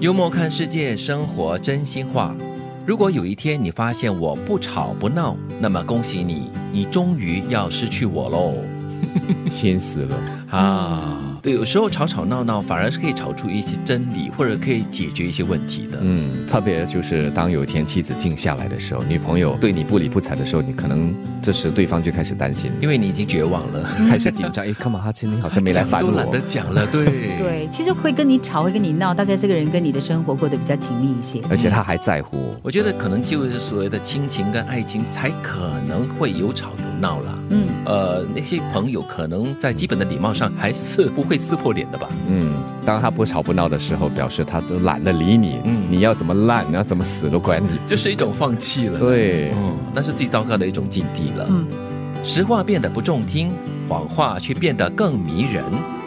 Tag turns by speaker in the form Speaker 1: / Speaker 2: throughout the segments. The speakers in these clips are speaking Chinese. Speaker 1: 幽默看世界，生活真心话。如果有一天你发现我不吵不闹，那么恭喜你，你终于要失去我喽。
Speaker 2: 先死了。嗯
Speaker 1: 啊，对，有时候吵吵闹闹反而是可以吵出一些真理，或者可以解决一些问题的。
Speaker 2: 嗯，特别就是当有一天妻子静下来的时候，女朋友对你不理不睬的时候，你可能这时对方就开始担心，
Speaker 1: 因为你已经绝望了，
Speaker 2: 开始紧张。哎，干嘛哈今天好像没来
Speaker 1: 讲
Speaker 2: 烦
Speaker 1: 都懒
Speaker 2: 我
Speaker 1: 得？讲了， 对
Speaker 3: 对，其实会跟你吵，会跟你闹，大概这个人跟你的生活过得比较紧密一些。
Speaker 2: 而且他还在乎。
Speaker 1: 我觉得可能就是所谓的亲情跟爱情才可能会有吵有闹啦。
Speaker 3: 嗯，
Speaker 1: 呃，那些朋友可能在基本的礼貌上还是不会撕破脸的吧？
Speaker 2: 嗯，当他不吵不闹的时候，表示他都懒得理你。
Speaker 1: 嗯
Speaker 2: 你要怎么烂，你要怎么死都管你。
Speaker 1: 就是一种放弃了。
Speaker 2: 对，
Speaker 1: 嗯，那是最糟糕的一种境地了。
Speaker 3: 嗯
Speaker 1: 实话变得不中听，谎话却变得更迷 人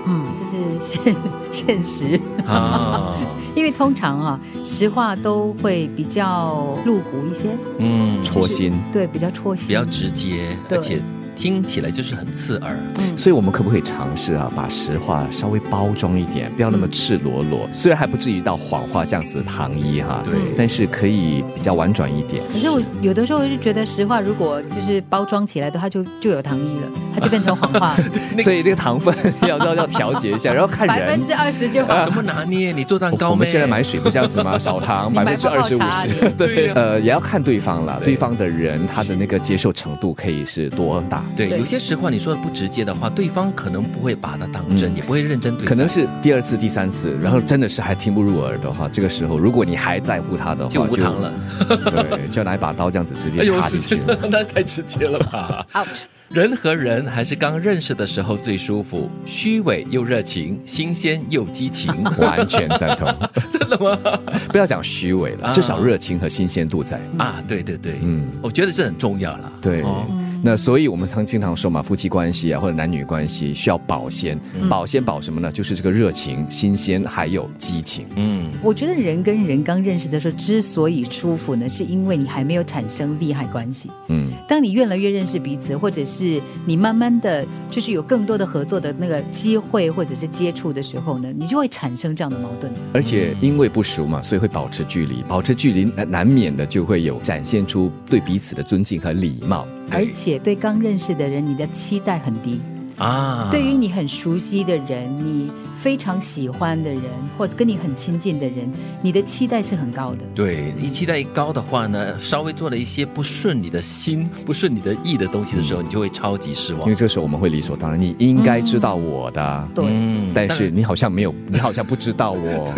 Speaker 3: 嗯，这是现 现实，
Speaker 1: 啊。
Speaker 3: 因为通常啊，实话都会比较露骨一些，
Speaker 1: 嗯，
Speaker 2: 戳心。
Speaker 3: 对，比较戳心。
Speaker 1: 比较直接，
Speaker 3: 对
Speaker 1: 而且听起来就是很刺耳。
Speaker 3: 嗯
Speaker 2: 所以，我们可不可以尝试啊，把实话稍微包装一点，不要那么赤裸裸？虽然还不至于到谎话这样子糖衣哈，
Speaker 1: 嗯对
Speaker 2: 但是可以比较婉转一点。
Speaker 3: 可是我有的时候就觉得，实话如果就是包装起来的话，就就有糖衣了，它就变成谎 话，
Speaker 2: 所以这个糖分 要要要调节一下，然后看
Speaker 3: 百分
Speaker 2: 人。
Speaker 3: 之二十就好。
Speaker 1: 怎么拿捏？你做蛋糕
Speaker 2: 我
Speaker 1: 咩
Speaker 2: 们现在买水不这样子吗？ 少糖
Speaker 3: 你
Speaker 2: 百
Speaker 3: 买
Speaker 2: 分之二十
Speaker 3: 泡
Speaker 2: 五
Speaker 3: 泡茶
Speaker 2: 十，
Speaker 1: 对
Speaker 2: 对
Speaker 1: 呀，
Speaker 2: 呃，也要看对方了，
Speaker 1: 对
Speaker 2: 对方的人他的那个接受程度可以是多大。
Speaker 1: 对，
Speaker 3: 对
Speaker 1: 有些实话你说的不直接的话，对方可能不会把它当真，
Speaker 2: 嗯
Speaker 1: 也不会认真对待，
Speaker 2: 可能是第二次、第三次，然后真的是还听不入耳的话，这个时候如果你还在乎他的话，
Speaker 1: 就无糖了。 哎
Speaker 2: 对，就拿一把刀这样子直接插进去。
Speaker 1: 那太直接了吧？
Speaker 3: out
Speaker 1: 人和人还是刚认识的时候最舒服，虚伪又热情，新鲜又激情。
Speaker 2: 完全赞同，真的吗？ 不要讲虚伪了，至少热情和新鲜度在。
Speaker 1: 啊，对对对，
Speaker 2: 嗯，
Speaker 1: 我觉得这很重要啦。
Speaker 2: 对
Speaker 1: 哦，
Speaker 2: 那所以我们常经常说嘛，夫妻关系啊，或者男女关系需要保鲜，
Speaker 3: 嗯
Speaker 2: 保鲜保什么呢？就是这个热情、新鲜还有激情。
Speaker 1: 嗯，
Speaker 3: 我觉得人跟人刚认识的时候之所以舒服呢，是因为你还没有产生利害关系。
Speaker 2: 嗯，
Speaker 3: 当你越来越认识彼此，或者是你慢慢的就是有更多的合作的那个机会或者是接触的时候呢，你就会产生这样的矛盾。
Speaker 2: 而且因为不熟嘛，所以会保持距离，保持距离呃难免的就会有展现出对彼此的尊敬和礼貌。
Speaker 3: 而且对刚认识的人，你的期待很低。
Speaker 1: 啊，
Speaker 3: 对于你很熟悉的人，你非常喜欢的人，或者跟你很亲近的人，你的期待是很高的。
Speaker 1: 对，你期待高的话呢，稍微做了一些不顺你的心、不顺你的意的东西的时候，
Speaker 2: 嗯
Speaker 1: 你就会超级失
Speaker 2: 因为
Speaker 1: 望。
Speaker 2: 这时候我们会理所当然，你应该知道我的啊，
Speaker 3: 对，
Speaker 1: 嗯
Speaker 2: 但是你好像没有， 你好像不知道我。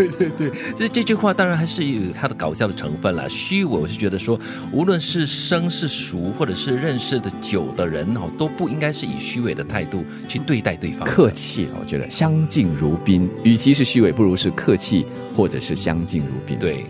Speaker 1: 这这句话当然还是有它的搞笑的成分啦。虚伪，我是觉得说，无论是生是熟，或者是认识的久的人哦，都不应该是以虚伪的态度去对待对方。
Speaker 2: 客气哦了，我觉得相敬如宾，与其是虚伪，不如是客气，或者是相敬如宾。，
Speaker 1: 对，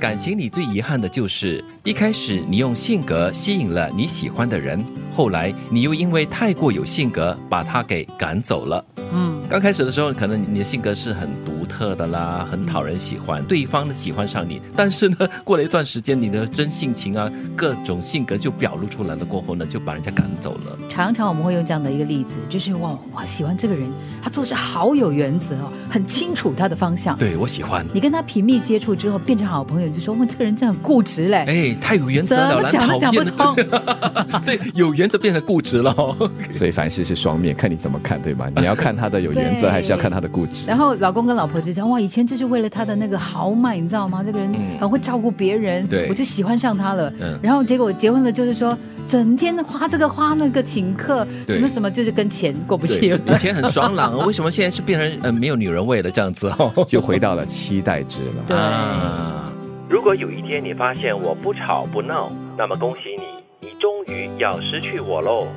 Speaker 1: 感情里最遗憾的就是一开始你用性格吸引了你喜欢的人，后来你又因为太过有性格把他给赶走了。
Speaker 3: 嗯，
Speaker 1: 刚开始的时候，可能你的性格是很独特的啦，很讨人喜欢，对方的喜欢上你。但是呢， 过了一段时间，你的真性情啊，各种性格就表露出来了。过后呢，就把人家赶走了。
Speaker 3: 常常我们会用这样的一个例子，就是哇，我喜欢这个人，他做事好有原则哦，很清楚他的方向。
Speaker 1: 对我喜欢，
Speaker 3: 你跟他频密接触之后，变成好朋友，你就说哇，这个人真的很固执嘞，
Speaker 1: 哎，太有原则
Speaker 3: 怎
Speaker 1: 了，
Speaker 3: 么
Speaker 1: 难
Speaker 3: 讲都
Speaker 1: 讨
Speaker 3: 讲不
Speaker 1: 厌
Speaker 3: 通。
Speaker 1: 啊！ 所以有原则变成固执了哦。
Speaker 2: 所以凡事是双面，看你怎么看，对吗？你要看他的有原则，
Speaker 3: 对
Speaker 2: 还是要看他的固执
Speaker 3: 然？后老公跟老婆之间，哇，以前就是为了他的那个豪迈，你知道吗？这个人
Speaker 1: 嗯
Speaker 3: 很会照顾别人，
Speaker 1: 对
Speaker 3: 我就喜欢上他了。
Speaker 1: 嗯
Speaker 3: 然后结果结婚了，就是说整天花这个花那个请客，
Speaker 1: 对
Speaker 3: 什么什么，就是跟钱过不去
Speaker 1: 对
Speaker 3: 了。
Speaker 1: 以前很爽朗，为什么现在是变成呃没有女人味了这样子 哦？
Speaker 2: 就回到了期待值了。
Speaker 3: 对
Speaker 1: 啊。如果有一天你发现我不吵不闹，那么恭喜你，你终于要失去我喽。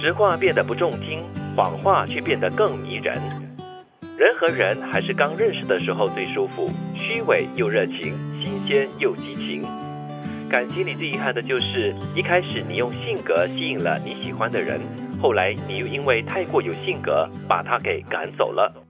Speaker 1: 实话变得不中听，谎话却变得更迷人。人和人还是刚认识的时候最舒服，虚伪又热情，新鲜又激情。感情里最遗憾的就是，一开始你用性格吸引了你喜欢的人，后来你又因为太过有性格，把他给赶走了。